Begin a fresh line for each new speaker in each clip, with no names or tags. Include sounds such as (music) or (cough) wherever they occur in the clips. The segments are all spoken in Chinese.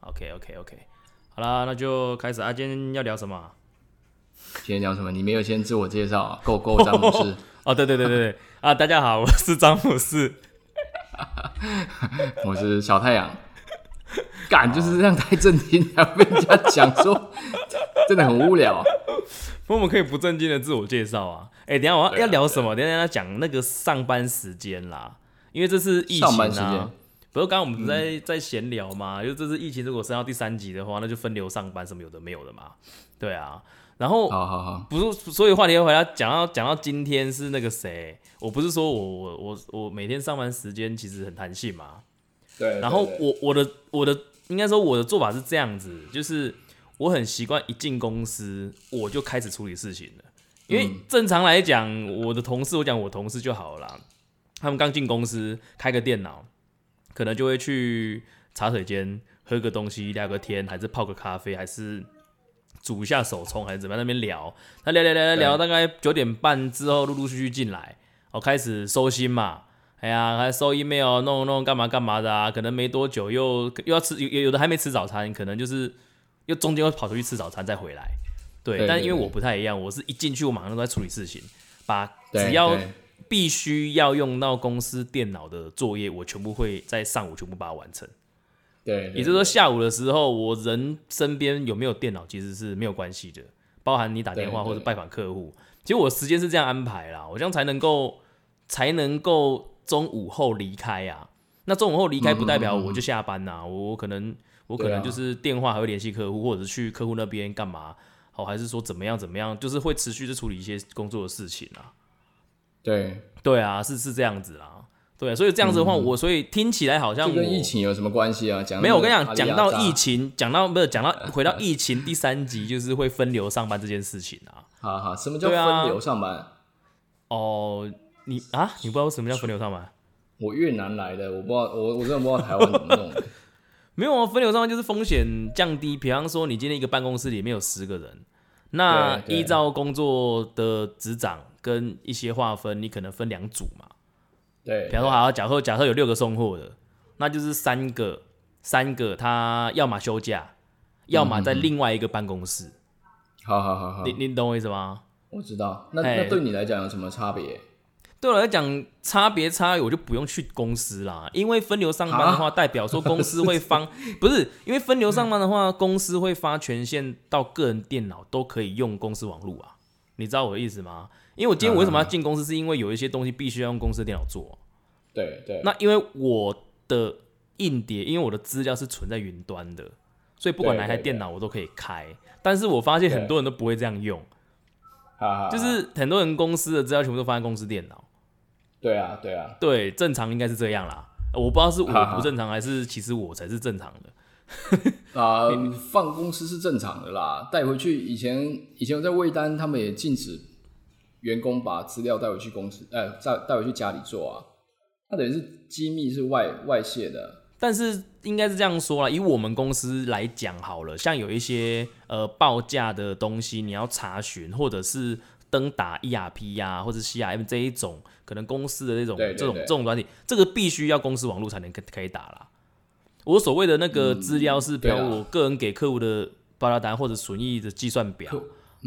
OK OK OK，好啦，那就开始啊，今天要聊什么啊？
今天聊什么？你没有先自我介
(laughs)
绍、啊，够够詹姆斯，
哦，对对对对 (laughs) 对啊，大家好，我是詹姆士。
我是小太阳。敢就是这样太正经了，被人家讲说，真的很
(laughs)
无聊、啊。
不过我们可以不正经的自我介绍啊。哎、等一下我要、
对啊
要聊什么？等一下要讲那个上班时间啦，因为这是疫
上班
情
时
啊
间。嗯
不是刚刚我们在、在闲聊嘛，就这次疫情如果升到第三级的话，那就分流上班什么有的没有的嘛。对啊，然后
好好好，
不是，所以话题又回来讲到讲到今天是那个谁，我不是说我我我我每天上班时间其实很弹性嘛，
对
然后我我的我的应该说我的做法是这样子，就是我很习惯一进公司我就开始处理事情了，因
嗯
为正常来讲，我的同事我讲我同事就好了啦，他们刚进公司开个电脑，可能就会去茶水间喝个东西聊个天，还是泡个咖啡，还是煮一下手冲，还是怎么样那边聊，那聊聊聊聊聊，大概九点半之后陆陆续续进来，哦开始收心嘛。哎呀，还收 email 弄弄干嘛干嘛的啊？可能没多久又又要吃，有有有的还没吃早餐，可能就是又中间又跑出去吃早餐再回来。对，
对
但
对
因为
对
我不太一样，我是一进去我马上都在处理事情，把
对
只要
对
必须要用到公司电脑的作业，我全部会在上午全部把它完成。
对，
也就是说，下午的时候，我人身边有没有电脑其实是没有关系的，包含你打电话
对对
或者拜访客户。其实我时间是这样安排啦，我这样才能够才能够中午后离开呀、那中午后离开不
嗯
代表我就下班呐、我我可能我可
对啊
能就是电话还会联系客户，或者是去客户那边干嘛？哦，还是说怎么样怎么样？就是会持续的处理一些工作的事情啊。
对，
对啊，是是这样子啦。对，啊所以这样子的话，我所以听起来好像
这
我
嗯跟疫情有什么关系啊？讲
没有，我跟你
阿
讲，讲
里阿
到
扎
疫情，讲到不是讲到回到疫情第三集，就是会分流上班这件事情啊。
好好，什么叫
对啊
分流上班？
哦，你啊，你不知道什么叫分流上班？
我越南来的，我不知道，我我真的不知道台湾怎
(laughs)
么弄的。
没有啊，分流上班就是风险降低。比方说，你今天一个办公室里面有十个人，那
对对
依照工作的职掌跟一些划分，你可能分两组嘛。
对
比，方说，好，假设假设有六个送货的，那就是三个，三个他要么休假，要么
嗯
在另外一个办公室。
好好好好
你，你懂我意思吗？
我知道。那
哎
那对你来讲有什么差别？
对我来讲，差别差异我就不用去公司啦，因为分流上班
啊
的话，代表说公司会
(laughs)
发，不是因为分流上班的话，公司会发权限到个人电脑都可以用公司网络啊，你知道我的意思吗？因为我今天我为什
嗯
么要进公司，是因为有一些东西必须要用公司的电脑做。
对对，
那因为我的硬碟，因为我的资料是存在云端的，所以不管哪台
对对对
电脑我都可以开。但是我发现很
对啊
多人都不会这样用，
好好，
就是很多人公司的资料全部都放在公司电脑。
对啊对啊，
对，正常应该是这样啦。呃我不知道是
哈
我
哈
不正常，还是其实我才是正常的。
啊、放公司是正常的啦，带回去。以前以前我在魏丹，他们也禁止员工把资料带回去公司，呃，带带回去家里做啊。那等于是机密是外外泄的，
但是应该是这样说啦，以我们公司来讲好了，像有一些呃报价的东西，你要查询或者是登打 ERP 呀、或者 CRM 这一种，可能公司的这种
对对
这种
对
这种软体，这个必须要公司网络才能可可以打啦。我所谓的那个资料是，比
嗯对啊
如
啦
我个人给客户的报价单或者损益的计算表，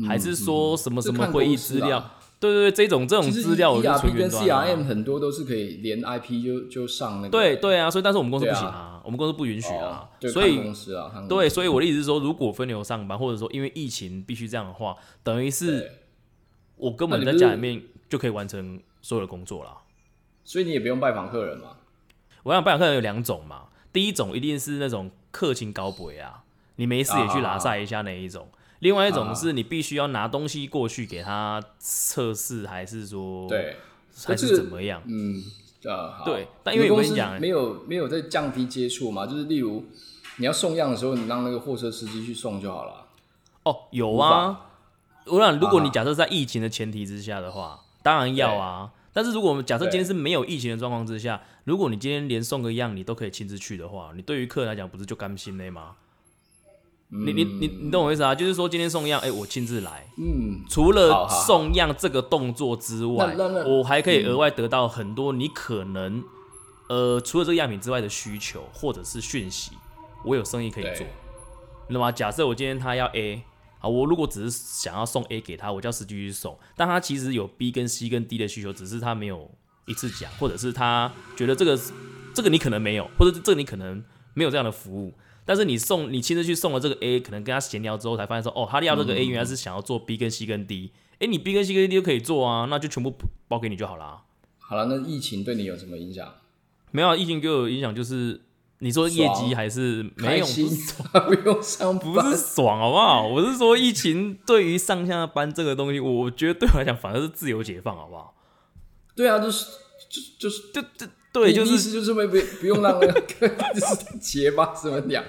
还是说什么什么
嗯这看
会议
公司
资料？
啦
对对对，这种这种
其实 E，
资料我就
ERP
存云
跟
端啊、
CRM 很多都是可以连 IP 就就上那个。
对对啊，所以但是我们公司不
对啊
行啊，我们公司不允许
哦
啊，，
就
所
看
以
公司啊，看公司
对，所以我的意思是说，如果分流上班，或者说因为疫情必须这样的话，等于是
对
我根本
那你
在
不是
家里面就可以完成所有的工作了。
所以你也不用拜访客人嘛。
我想拜访客人有两种嘛，第一种一定是那种客情高博啊，你没事也去拉塞一下那一种；另外一
啊
种是你必须要拿东西过去给他测试，还是说
对，
还
可
是
是
怎么样？
嗯，呃，好
哦对但因为
你
我
公
跟你
司
讲欸
没有没有在降低接触嘛，就是例如你要送样的时候，你让那个货车司机去送就好了。
哦，有
无
啊。我想，如果
啊
你假设在疫情的前提之下的话，当然要啊。但是如果我们假设
对
今天是没有疫情的状况之下，如果你今天连送个样你都可以亲自去的话，你对于客人来讲不是就甘心了吗？你你你你懂我意思啊？就是说今天送样，哎、我亲自来。
嗯，
除
好
了
好好
送样这个动作之外，
那那那嗯
我还可以额外得到很多你可能、呃除了这个样品之外的需求或者是讯息，我有生意可以
对
做，你懂吗？假设我今天他要 A，好，我如果只是想要送 A 给他，我叫司机去送，但他其实有 B 跟 C 跟 D 的需求，只是他没有一次讲，或者是他觉得这个这个你可能没有，或者是这个你可能没有这样的服务。但是你送你亲自去送了这个 A，可能跟他闲聊之后才发现说，哦，他要这
嗯
个 A 原来是想要做 B 跟 C 跟 D，哎、你 B 跟 C 跟 D 都可以做啊，那就全部包给你就好啦。
好了，那疫情对你有什么影响？
没有啊疫情给我的影响就是，你说业绩
爽
还是没
开
有
心， (laughs) 不用上班，
不是爽好不好？我是说，疫情对于上下班这个东西，我我觉得对我来讲反而是自由解放，好不好？
对啊，就是就就是
就就对，
你
就
意
是
思就是没不不用让那个 (laughs) 结巴怎么讲？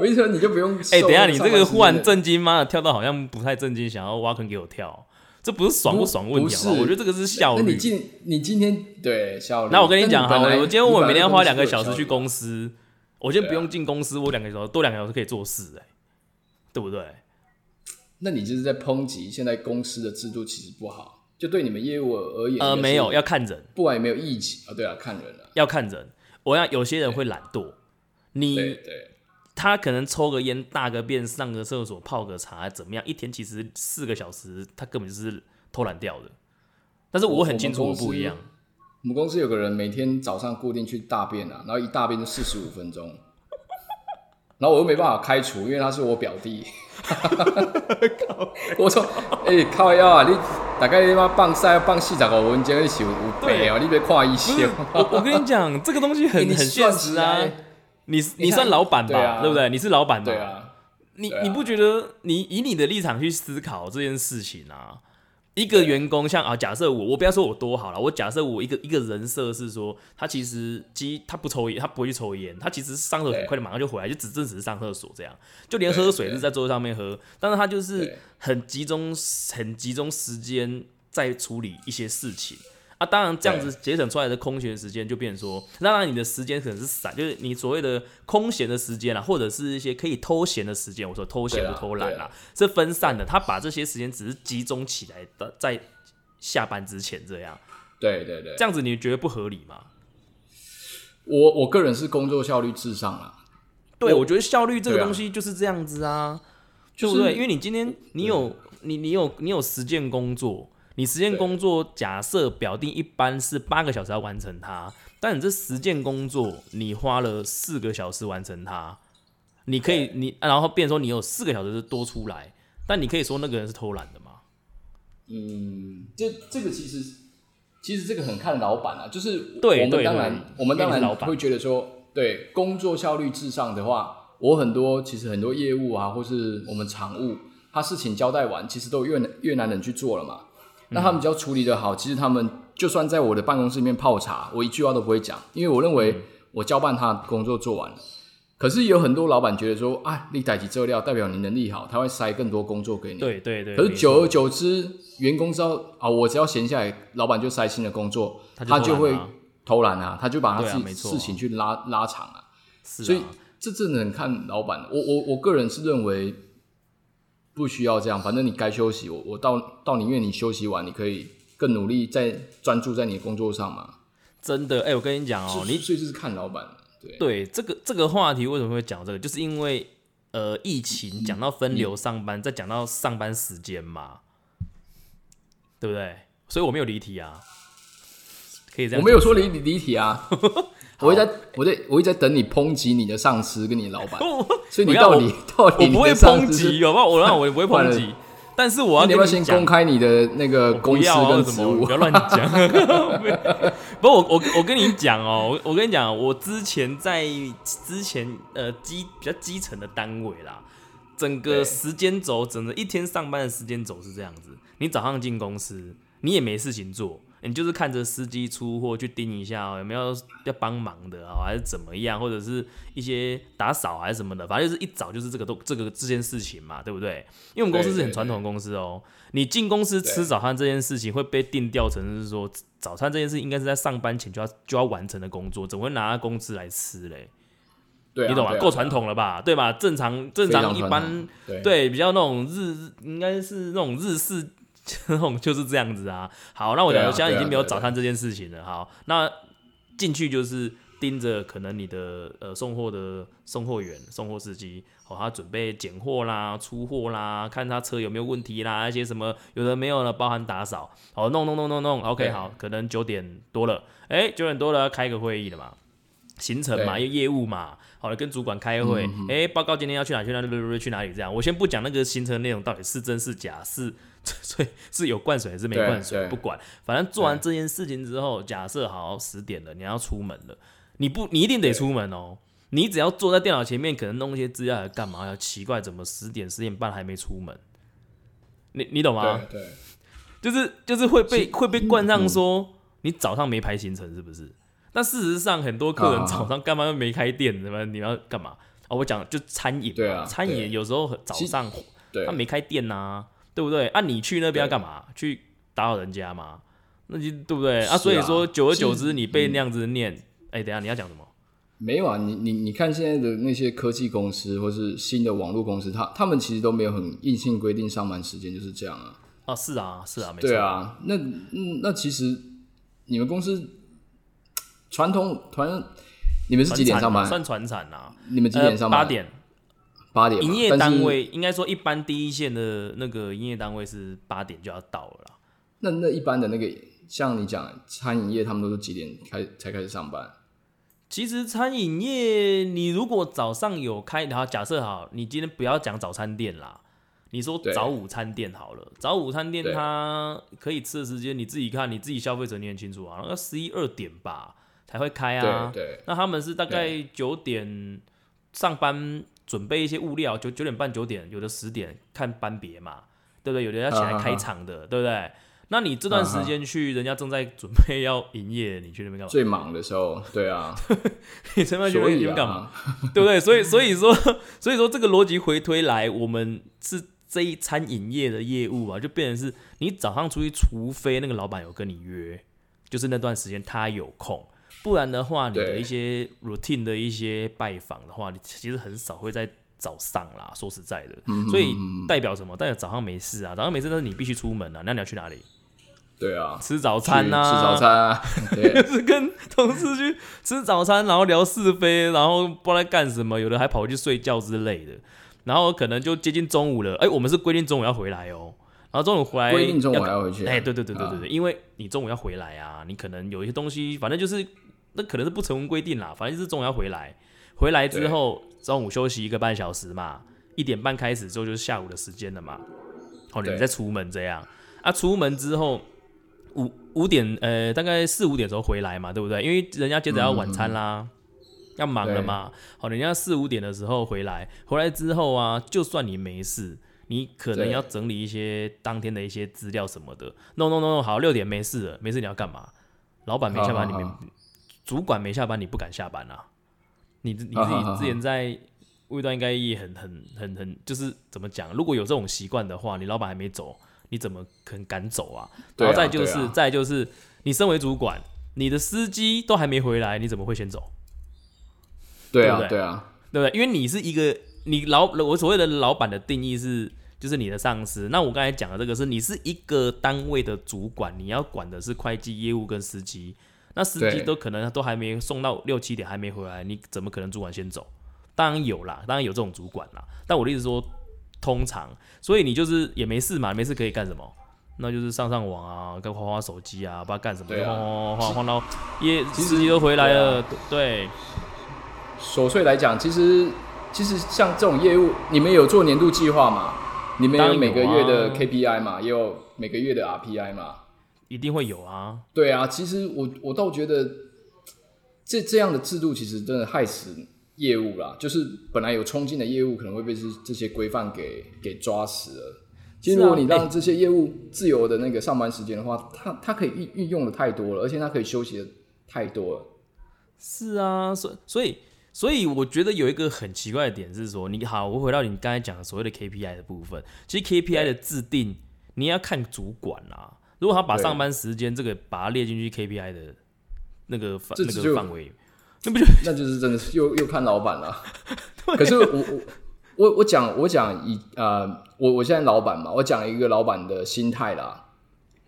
我意思说你就不用
哎、
受
等一下
那
你
上
这个
班时
忽然
间的
震惊，妈的跳到好像不太震惊，想要挖坑给我跳，这不是爽
不
爽问题好不好？
不是
我觉得这个是效
那你
率。
今你今天对效率？
那我跟你讲
但
好
本来
了，我今天我每天要花两个小
你本
时
来
去
就
公司，我今天
对啊
不用进公司，我两个小时多两个小时可以做事、哎，对不对？
那你就是在抨击现在公司的制度其实不好，就对你们业务而言
呃，
也是
没有，，要看人。
不然也没有疫情啊。对啊，看人啊，
要看人。我要有些人会懒惰，
对
你
对，
他可能抽个烟、大个便、上个厕所、泡个茶，怎么样？一天其实四个小时，他根本就是偷懒掉的。但是我很清楚
我
我
们公司
不一
(laughs)
样，
我们公司有个人每天早上固定去大便啊，然后一大便就四十五分钟，然后我又没办法开除，因为他是我表
(laughs)
弟。我说，哎、靠腰啊，你大概你妈放晒放四十五分钟，你是有病哦、你别看医
不是
生。
我我跟你讲，这个东西很
(laughs) 欸你
很现
算起
实
来
啊。你
你
你
看
算老板
对
吧，
啊
对不对？你是老板吧？
对啊，
你
对啊
你不觉得你以你的立场去思考这件事情啊？一个员工像啊，假设我我不要说我多好了，我假设我一个一个人设是说，他其实基他不抽烟，他不会去抽烟，他其实上厕所很
对
快就马上就回来，就只正只是上厕所这样，就连
对
喝水
对
是在桌子上面喝，但是他就是
对
很集中很集中时间在处理一些事情。啊，当然这样子节省出来的空闲时间就变成说，当然你的时间可能是散，就是你所谓的空闲的时间啦，啊或者是一些可以偷闲的时间。我说偷闲
对
不
啦
偷懒
对啊
啦
啦，
是分散的。他把这些时间只是集中起来的，在下班之前这样，
对对对
这，样子你觉得不合理吗？
我我个人是工作效率至上啊，
对，
我
我觉得效率这个
对啊
东西就是这样子啊，
就
对不
是
对？因为你今天你有你你有你有实践工作，你实践
对
工作假设表定一般是八个小时要完成它，但你这实践工作你花了四个小时完成它，你可以你然后变成说你有四个小时是多出来，但你可以说那个人是偷懒的嘛？
嗯，这这个其实其实这个很看老板啊，就是
对
我
对
们
对
当然我们当
因为你是
然
老板
会觉得说，对工作效率至上的话，我很多其实很多业务啊，或是我们常务，他事情交代完，其实都越南越南人去做了嘛。那
嗯
他们只要处理得好，其实他们就算在我的办公室里面泡茶，我一句话都不会讲，因为我认
嗯
为我交办他的工作做完了。可是有很多老板觉得说，啊，你逮起这料代表你能力好，他会塞更多工作给你。
对对对，
可是
没
久
错
而久之，员工知道啊，我只要闲下来，老板就塞新的工作，
他
他
就偷懒啊
会偷懒啊，他就把
对啊
他自
没
己
错啊
事情去拉、拉长啊。
是
所以
啊，
这真的很看老板。我我我个人是认为不需要这样，反正你该休息，我我到到宁愿你休息完，你可以更努力再专注在你的工作上嘛。
真的哎、我跟你讲哦、
所以
你
所以这是看老板，对
对这个这个话题为什么会讲这个，就是因为呃疫情
嗯
讲到分流上班，再讲到上班时间嘛，对不对？所以我没有离题啊，可以这样讲。
我没有说离离题
(laughs)
啊。我一直在，我在，我一直在等你抨击你的上司跟你的
(laughs)
老板，
我，
所以你
我要
到底到底
我
你
不
的
会
上
抨
司是
击，好不好？我让我不会抨
完
击，但是我
那你要不
跟
要先
讲
公，开你的那个
不
公司
要啊
跟
什
职
么，你
务
不？要乱讲。 (laughs) 不，我我我跟你讲哦、我我跟你讲，我之前在之前呃基比较基层的单位啦，整个
对
时间轴，整个一天上班的时间轴是这样子：你早上进公司，你也没事情做，你就是看着司机出货去盯一下、哦，有没有要帮忙的啊、还是怎么样，或者是一些打扫还是什么的，反正就是一早就是这个都这个这件事情嘛，对不对？因为我们公司是很传统的公司哦、你进公司吃
对
早餐这件事情会被定调成是说，早餐这件事应该是在上班前就要就要完成的工作，怎么会拿工资来吃嘞？
对啊，
你懂吗？
对啊
够传统了吧？对吧？正常正
非常
常一
传
般
统对
对，比较那种日，应该是那种日式， (laughs) 那种就是这样子啊。好，那我
对
讲
啊
说现在已
对啊
经没有
对啊
早餐这件事情了。好，那进去就是盯着可能你的呃送货的送货员、送货司机，好、他准备拣货啦、出货啦，看他车有没有问题啦，一些什么有的没有了，包含打扫，好弄弄弄弄弄，OK，
对
好，可能九点多了，哎、九点多了要开个会议了嘛，行程嘛，
对
又业务嘛，好了，跟主管开会，哎、报告今天要去哪去哪去哪去哪里这样。我先不讲那个行程内容到底是真是假，是所以是有灌水还是没
对
灌水，
对
不管，反正做完这件事情之后，假设好十点了，你要出门了，你不你一定得出门哦。你只要坐在电脑前面，可能弄一些资料来干嘛？要奇怪，怎么十点十点半还没出门？你你懂吗？
对对，
就是就是会被会被冠
嗯
上说你早上没排行程是不是？但事实上，很多客人
啊
早上干嘛又没开店？怎么你要干嘛？哦，我讲就餐饮嘛，
对啊
餐饮
对
有时候很早
其
上
对
他没开店呐、对不对？啊，你去那边要干嘛？去打扰人家嘛？那就对不对？啊，
是
所以
啊嗯
说久而久
是
之，你被那样子念，哎、等一下你要讲什么？
没有啊，你你你看现在的那些科技公司或是新的网络公司，他他们其实都没有很硬性规定上班时间，就是这样啊。
啊，是啊，是啊，没错，
对啊，那嗯，那其实你们公司嗯传统团，你们是
传
几点
产
上
啊
班？
算传产啊，
你们几点
呃
上班？
八，点。
八点嘛。
营业
但是
单位应该说一般第一线的那个营业单位是八点就要到了啦。
那那一般的那个，像你讲餐饮业，他们都是几点开才开始上班？
其实餐饮业，你如果早上有开，然后假设好，你今天不要讲早餐店啦，你说
对
早午餐店好了，早午餐店
对
它可以吃的时间你自己看，你自己消费者你很清楚啊，要十一二点吧才会开啊。
对对
那他们是大概九点上班，准备一些物料，九九点半九点，有的十点看班别嘛，对不对？有的要起来开场的，对不对？那你这
嗯
段时间去，人家正在准备要营业，你去那边干嘛？
最忙的时候，对啊，
(laughs) 你正在去那
所以
边干嘛？
啊， (laughs)
对不对？所以所以说 (laughs) 所以说这个逻辑回推来，我们是这一餐饮业的业务啊，就变成是你早上出去，除非那个老板有跟你约，就是那段时间他有空，不然的话，你的
对
一些 routine 的一些拜访的话，你其实很少会在。早上啦，说实在的，
嗯
所以代表什么？代表早上没事啊，早上没事，但是你必须出门啊。那你要去哪里？
对啊，
吃早餐呐、
去吃早餐啊，
(laughs)
对
就是跟同事去吃早餐，然后聊是非，然后不知道在干什么，有的还跑去睡觉之类的。然后可能就接近中午了，哎、我们是规定中午要回来哦。然后中午回来，
规定中午
要
还要回去啊
哎、对对对对对
啊
对，因为你中午要回来啊，你可能有一些东西，反正就是那可能是不成文规定啦，反正就是中午要回来。回来之后，中午休息一个半小时嘛，一点半开始之后就是下午的时间了嘛。好、你
对
再出门这样啊，出门之后五五点呃，大概四五点的时候回来嘛，对不对？因为人家接着要晚餐
嗯
啦，要忙了嘛。好，人家四五点的时候回来，回来之后啊，就算你没事，你可能
对
要整理一些当天的一些资料什么的。No No No，no，好，六点没事了，没事你要干嘛？老板没下班，
好好
你
好
没主管没下班，你不敢下班啊？你你自
好好好
己之前在味道应该也很很很很，就是怎么讲？如果有这种习惯的话，你老板还没走，你怎么可能敢走啊？
对
然
啊
后再就是，
对啊
再就是，你身为主管，你的司机都还没回来，你怎么会先走？
对啊
对不对，
对啊，
对不对？因为你是一个你老我所谓的老板的定义是，就是你的上司。那我刚才讲的这个是，你是一个单位的主管，你要管的是会计、业务跟司机。那司机
对
都可能都还没送到六七点，还没回来，你怎么可能主管先走？当然有啦，当然有这种主管啦。但我的意思说，通常，所以你就是也没事嘛，没事可以干什么？那就是上上网啊，跟花花手机啊，不知道干什么，哦
对啊
晃晃晃晃晃到业
其实
司机都回来
对啊
了，对。
琐碎来讲，其实其实像这种业务，你们有做年度计划吗？你们
当然有
每个月的
啊
KPI 嘛，也有每个月的 RPI 嘛？
一定会有啊，
对啊，其实我我倒觉得这这样的制度其实真的害死业务啦，就是本来有冲劲的业务可能会被这这些规范给给抓死了。其实
是啊
如果你
哎
让这些业务自由的那个上班时间的话，它它可以运运用的太多了，而且它可以休息的太多了。
是啊，所所以所以我觉得有一个很奇怪的点是说，你好，我回到你刚才讲的所谓的 KPI 的部分，其实 KPI 的制定你要看主管啊，如果他把
对
上班时间这个把它列进去 KPI 的那个范
这
那
就
个范围，
(laughs) 那就是真的是又又看老板了。可是我我我我讲我讲以呃，我我现在老板嘛，我讲一个老板的心态啦。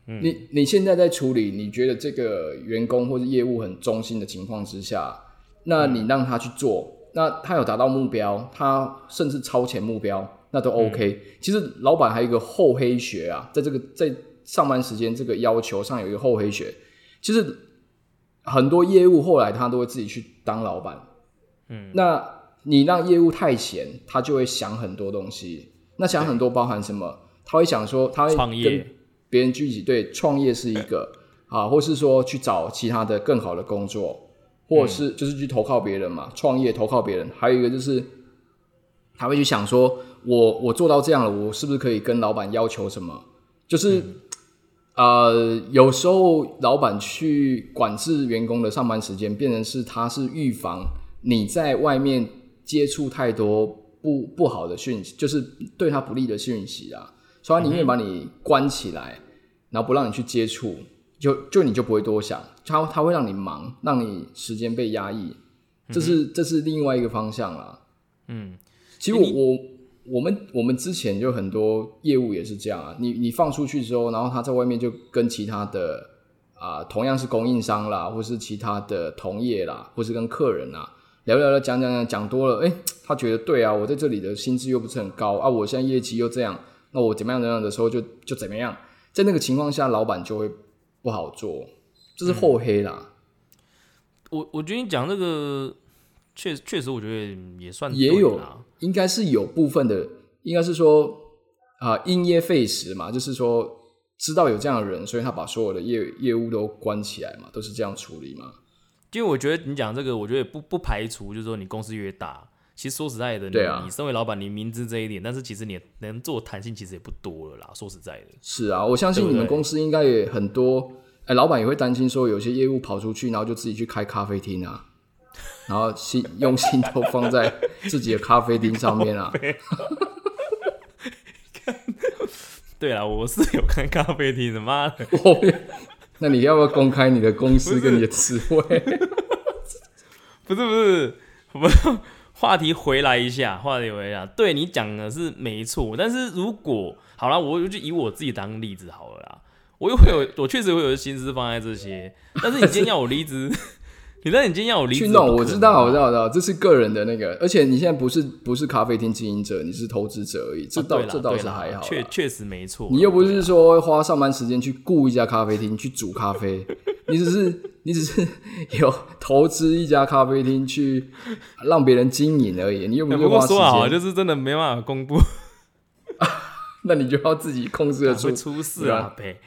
你你现在在处理你觉得这个员工或者业务很忠心的情况之下，那你让他去做，那他有达到目标，他甚至超前目标，那都 OK。其实老板还有一个厚黑学啊，在这个在上班时间这个要求上有一个厚黑学，其实很多业务后来他都会自己去当老板。嗯，那你让业务太闲，他就会想很多东西。那想很多包含什么？他会想说，他会
创业
跟别人聚集，对，创业是一
(laughs)
个啊，或是说去找其他的更好的工作，或者
嗯
是就是去投靠别人嘛，创业投靠别人。还有一个就是他会去想说，我我做到这样了，我是不是可以跟老板要求什么？就是、
嗯
呃，有时候老板去管制员工的上班时间，变成是他是预防你在外面接触太多不不好的讯息，就是对他不利的讯息啊，所以他宁愿把你关起来，然后不让你去接触，就就你就不会多想，他他会让你忙，让你时间被压抑，这是、这是另外一个方向啦。
嗯，
其实我我我们我们之前就很多业务也是这样啊，你你放出去之后，然后他在外面就跟其他的啊、同样是供应商啦，或是其他的同业啦，或是跟客人啦聊聊聊，讲讲讲讲多了，哎、他觉得对啊，我在这里的薪资又不是很高啊，我现在业绩又这样，那我怎么样怎么样的时候就就怎么样，在那个情况下，老板就会不好做，这是厚黑啦，
我我觉得你讲这个确确实，我觉得也算
也
对
有
啦
应该是有部分的，应该是说啊，因噎废食嘛，就是说知道有这样的人，所以他把所有的业业务都关起来嘛，都是这样处理嘛。
因为我觉得你讲这个，我觉得也不不排除，就是说你公司越大，其实说实在的，你、
对啊
你身为老板，你明知这一点，但是其实你能做弹性其实也不多了啦。说实在的，
是啊，我相
对
信
不
你们
对
公司应该也很多，哎，老板也会担心说有些业务跑出去，然后就自己去开咖啡厅啊， (laughs) 然后心用心都放在自己的咖啡厅上
(laughs)
面啊。
对啦，我是有看咖啡厅的，妈的，
我哦那你要不要公开你的公司跟你的职位？
不是不是，我们话题回来一下，话题回来一下，对你讲的是没错，但是如果好啦，我就以我自己当例子好了啦，我又会有，我确实会有心思放在这些，但是你今天要我离职， (laughs) 你知道你今天要我离职
去
不可能啊，
弄，我知道，我知道，我知道，这是个人的那个，而且你现在不是不是咖啡厅经营者，你是投资者而已，这
啊
倒、
对啦
这倒
对
是
啦
还好啦。
确确实没错啦。
你又不
对啊
是
啦
说花上班时间去雇一家咖啡厅去煮咖啡，你只是你只是 (laughs) 有投资一家咖啡厅去让别人经营而已，你又不
哎
是
不过
花时
说好，
间，
就是真的没办法公布，
那你就要自己控制得住
会。出事啊，呗，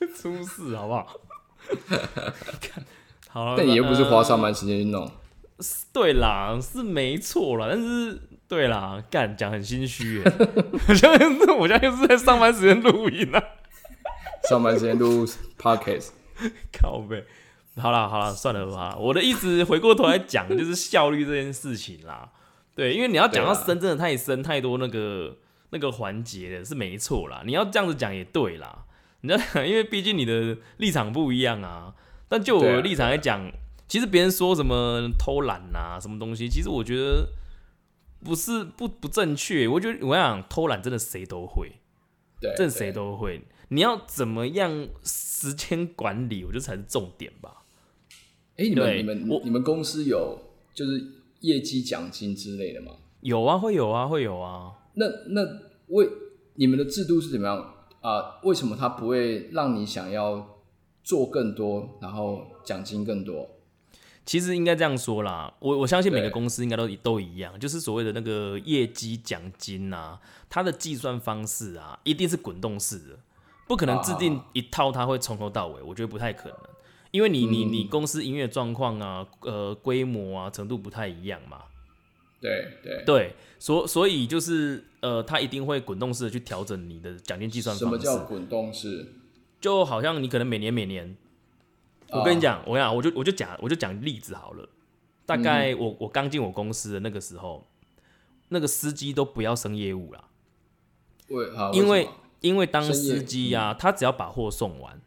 会出事好不好？ (laughs) 好了，
但你又不是
呃
花上班时间去弄，
对啦，是没错啦，但是对啦，干讲很心虚耶， (laughs) 好像是我现在就是在上班时间录音啊，
上班时间
(laughs)
录 podcast，
靠呗。好啦好啦，算了吧。我的意思回过头来讲，就是效率这件事情啦。对，因为你要讲到
对啊
深，真的太深太多那个那个环节了，是没错啦。你要这样子讲也对啦。你要讲， (laughs) 因为毕竟你的立场不一样啊。但就我
对
的
啊
立场来讲，其实别人说什么偷懒呐、什么东西，其实我觉得不是不不正确。我觉得我想偷懒真的谁都会，
对，
这谁
对
都会。你要怎么样时间管理，我觉得才是重点吧。
哎、你
对
们你们
我
你们公司有就是业绩奖金之类的吗？
有啊，会有啊，会有啊。
那那为你们的制度是怎么样啊、为什么它不会让你想要做更多，然后奖金更多？
其实应该这样说啦，我我相信每个
对
公司应该都都一样，就是所谓的那个业绩奖金啊，它的计算方式啊，一定是滚动式的，不可能制定
啊
一套它会从头到尾，我觉得不太可能，因为你你
嗯
你公司营业状况啊，呃，规模啊，程度不太一样嘛，
对对，
对，所所以就是呃，它一定会滚动式的去调整你的奖金计算
什
方
么
式，
叫滚动式？
就好像你可能每年每年，
啊
我跟你讲，我跟你讲，我就我就讲我就讲例子好了。大概
嗯
我、我刚进我公司的那个时候，那个司机都不要升业务啦，
为啊，
因
为
为
什么
因为当
升业嗯
司机呀、他只要把货送完，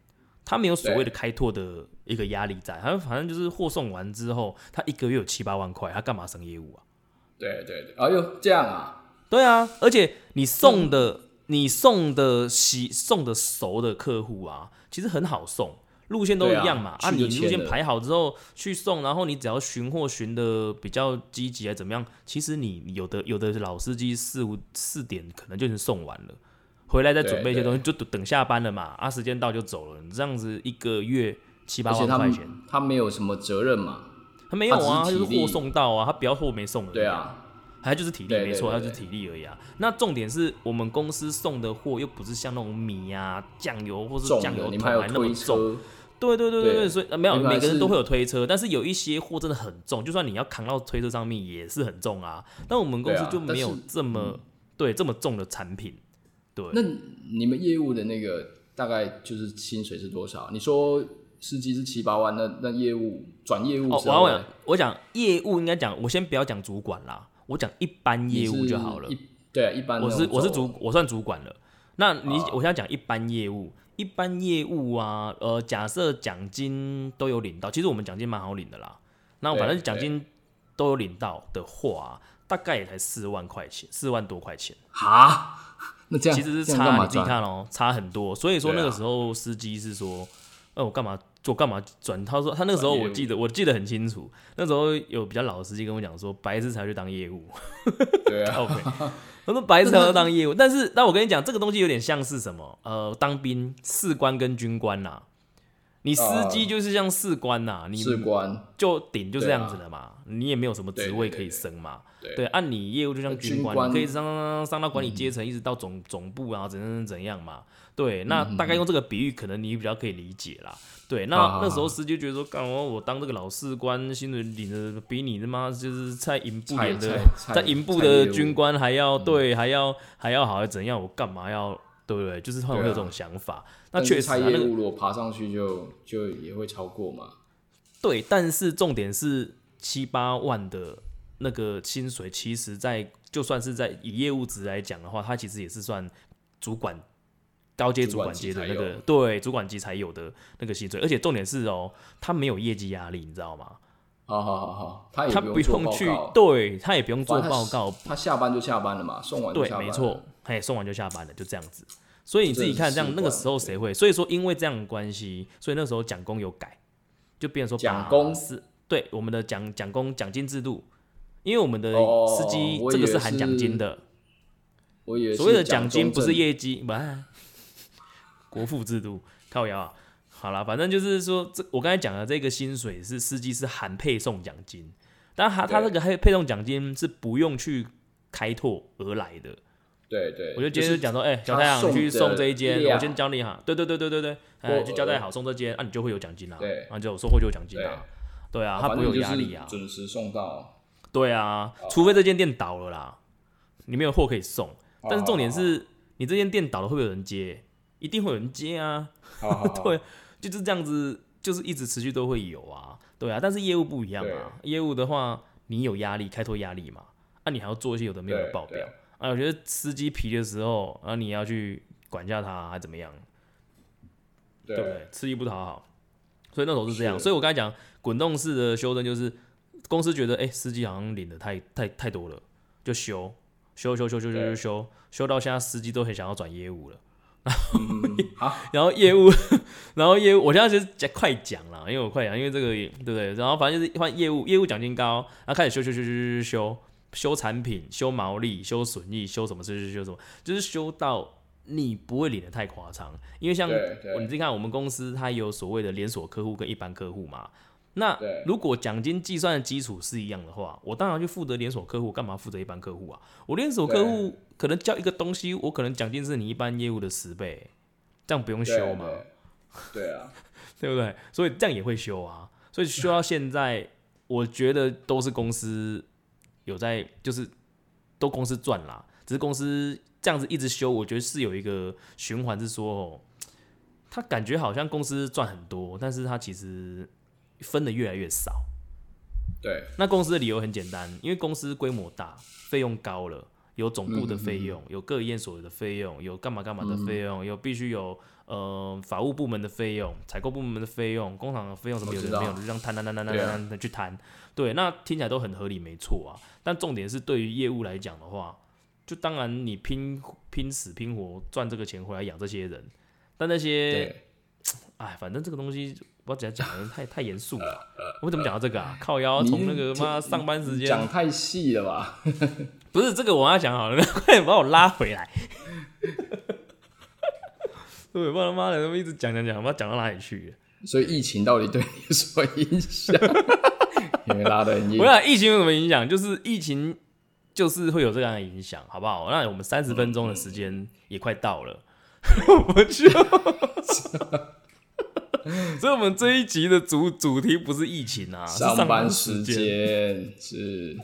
他没有所谓的开拓的一个压力在，他反正就是货送完之后，他一个月有七八万块，他干嘛升业务啊？
对对对，哎呦，这样啊，
对啊，而且你送的、你送的洗送的熟的客户啊，其实很好送。路线都一样嘛。
对啊去
你
就
路
签
线
了
排好之后去送，然后你只要巡货巡的比较积极啊，怎么样？其实你有的有的老司机四五四点可能就已经送完了，回来再准备一些
对对
东西，就等等下班了嘛，啊，时间到就走了。你这样子一个月七八
而且
万
他
块
们
钱，
他没有什么责任嘛，
他没有啊，
他
他
只
就是是
体力
货送到啊，他不要货没送的。
对，啊，
他就是体力
对对
没错，他
对
就是
对
体力而已啊。那重点是我们公司送的货又不是像那种米啊、酱油或是
重
酱
的，
油
你
桶
们还有
来那么
推
重。
车，
对对对对对，
对
所以、呃没有
你们还
每个人
是
都会有推车，但是有一些货真的很重，就算你要扛到推车上面也是很重啊。但我们公司
对啊
就没有
但是嗯
这么对,、这么重的产品，对。
那你们业务的那个大概就是薪水是多少？你说司机是七八万，那那业务转业务
哦，
之
我要
后
讲
呢，
我讲业务应该讲，我先不要讲主管啦，我讲一般业务就好了
你。是一对啊，一般
我
那
是
种
我是
走啊
主，我算主管了。那你、我现在讲一般业务，一般业务啊，呃，假设奖金都有领到，其实我们奖金蛮好领的啦。那
对
反正奖
对
金都有领到的话、大概也才四万块钱，四万多块钱，
哈， (laughs) 那这样
其实是
这样干
差，
嘛
你自己
赚？
看哦，差很多。所以说那
对啊
个时候司机是说，呃，我干嘛做干嘛转？他说他那个时候
转业
我
务
记得我记得很清楚，那时候有比较老的司机跟我讲说，白痴才去当业务。
对 (laughs) 啊，
OK，他 (laughs) 说白痴要当业务，但是但我跟你讲，这个东西有点像是什么？呃，当兵士官跟军官呐、你司机就是像士官呐、你
士官
就顶就这样子的嘛，你也没有什么职位可以升嘛。
啊对
按、你业务就像军
军官
你可以上上上上到管理阶层，一直到总总部啊，怎样怎样怎样嘛。对，那大概用这个比喻，可能你比较可以理解啦。对，那
嗯好好好
那时候司机就觉得说，干我我当这个老士官，薪水领的比你他妈就是在营部
菜
领的
菜，菜
在营部
菜业
的
务嗯
军官还要对，还要还要好怎样？我干嘛要对不对？就是会有
对啊
这种想法。那
但
确
是
实、
菜
啊，那
业
个
务如果爬上去就就也会超过嘛。
对，但是重点是七八万的那个薪水，其实在就算是在以业务值来讲的话，它其实也是算主管高阶主
主管
管
级
阶的
才
那个
有
对主管级才有的那个薪水，而且重点是哦，他没有业绩压力，你知道吗？
好好好好，他也
他
不做
用
报
去
告，
对他也不用做
反正
报
他
告，
他下班就下班了嘛，送完就
对
下，班。
没错，，哎，送完就下班了，就这样子。所以你自己看，这
这是
样
习惯
那个时候谁会？所以说，因为这样的关系，所以那时候蒋工有改，就变成说
蒋
把
公
是对我们的奖奖工奖金制度，因为我们的
哦
司机
我以
这个
为
是含奖金的，
我以为
所谓的
奖
奖金不是
中正
业绩，不、啊，国富制度靠腰啊。好啦，反正就是说，这我刚才讲的这个薪水是司机是含配送奖金，但他他
对
这个配配送奖金是不用去开拓而来的。
对对，
我就今天
是
就讲说，哎、小
他
太阳，你
送
去
的
送这一间，
量
我先教你哈。对对对对对对，哎、
或
就交代好送这间，啊，你就会有奖金啦、
对
然后就有收获就有奖金啦、对啊，他
反
不会
正
有
就
压
是
力啊。
准哦时送到。
对啊，除非这间店倒了啦，你没有货可以送。
哦
但是重点是你这间店倒了，会不会有人接？一定会有人接啊。
好好好，
(laughs) 对，就是这样子，就是一直持续都会有啊，对啊。但是业务不一样啊，业务的话你有压力，开拓压力嘛，啊，你还要做一些有的没有的
对
报表
对
啊。我觉得司机皮的时候，啊，你要去管一下他，还怎么样，对不
对
对？吃力不讨好，所以那时候是这样。
是
所以我刚才讲滚动式的修正，就是公司觉得哎、诶司机好像领的太太太多了，就修修修修修修修
对
修，修到现在司机都很想要转业务了。
嗯
(laughs)
好，
然后业务， (laughs) 然后业务，我现在就是讲快讲啦，因为我快讲，因为这个也对不对？然后反正就是换业务，业务奖金高，然后开始修修修修修修修产品，修毛利，修损益，修什么修修修什么，就是修到你不会领的太夸张，因为像
对对
哦你自己看，我们公司它有所谓的连锁客户跟一般客户嘛。那
对
如果奖金计算的基础是一样的话，我当然去负责连锁客户，干嘛负责一般客户啊？我连锁客户可能叫一个东西，我可能奖金是你一般业务的十倍，这样不用
对
修嘛，
对？对啊，
(laughs) 对不对？所以这样也会修啊。所以修到现在，我觉得都是公司有在，就是都公司赚啦。只是公司这样子一直修，我觉得是有一个循环，是说哦，他感觉好像公司赚很多，但是他其实分的越来越少。
对
那公司的理由很简单，因为公司规模大，费用高了，有总部的
嗯
费用，有各研所的费用，有干嘛干嘛的费用，有必须有呃法务部门的费用、采购部门的费用、工厂的费用什么
我
有
知
的没有
道
的，就这样摊摊摊摊摊
对啊
摊摊去摊。对，那听起来都很合理，没错啊。但重点是，对于业务来讲的话，就当然你拼拼死拼活赚这个钱回来养这些人，但那些
对
哎，反正这个东西不要讲讲的太太严肃了。我怎么讲到这个啊？靠腰从那个妈上班时
讲
间，
太细了吧？
不是这个我要讲好了， (laughs) 快点把我拉回来。 (laughs) 对，不然妈的，他们一直讲讲讲，不知道讲到哪里去了。
所以疫情到底对你有什么影响？ (laughs) 因为拉的很硬
我，想疫情有什么影响？就是疫情就是会有这样的影响，好不好？那我们三十分钟的时间也快到了， (laughs) 我们就， (laughs) 所以我们这一集的主主题不是疫情啊，是
上班时
时。
间是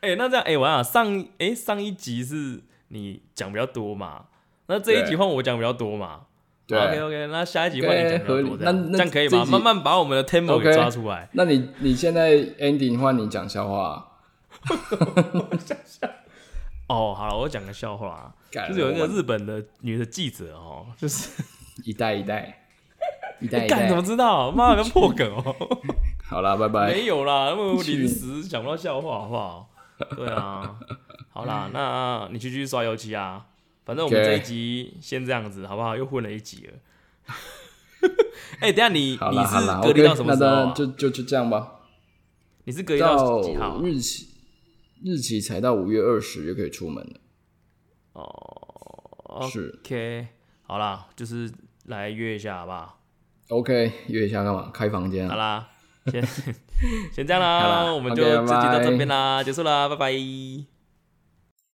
哎、那这样，哎、我想上，哎、上一集是你讲比较多嘛，那这一集
对
换我讲比较多嘛。
对
OK OK，那下一集换你
OK，
讲比较
合
多，
理
这样
那那
这样可以
这
吗？
一集
慢慢把我们的 tempo 给
OK
抓出来。
那你你现在 ending 换你讲笑话，
哦，好了，我讲个笑话啊。
干
就是有一
哎我
个日本的女的记者哦，就是
一代一代一代一
哎干怎
代
么，知道？妈的，跟破梗哦，
好啦，拜拜。
没有啦，那么
去
临时想不到笑话，好不
(laughs)
好？对啊，好啦，那你去继续刷油漆啊，反正我们
嗯 OK
这一集先这样子，好不好？又混了一集了。 (laughs) 哎、等一下你
好
你
啦好
是
啦
隔离
，OK，
到什么
那
时候、
当
啊
然就就就这样吧。
你是隔离
到
到几号啊、
日期日期才到五月二十就可以出门了。
哦
是
OK，好啦，就是来约一下，好不好？
OK，约一下干嘛？开房间
好
啊？
啦，先 (laughs) 先这样啦，
好啦
我们就
OK，
这集到
拜
这
拜
边啦，结束啦，拜拜。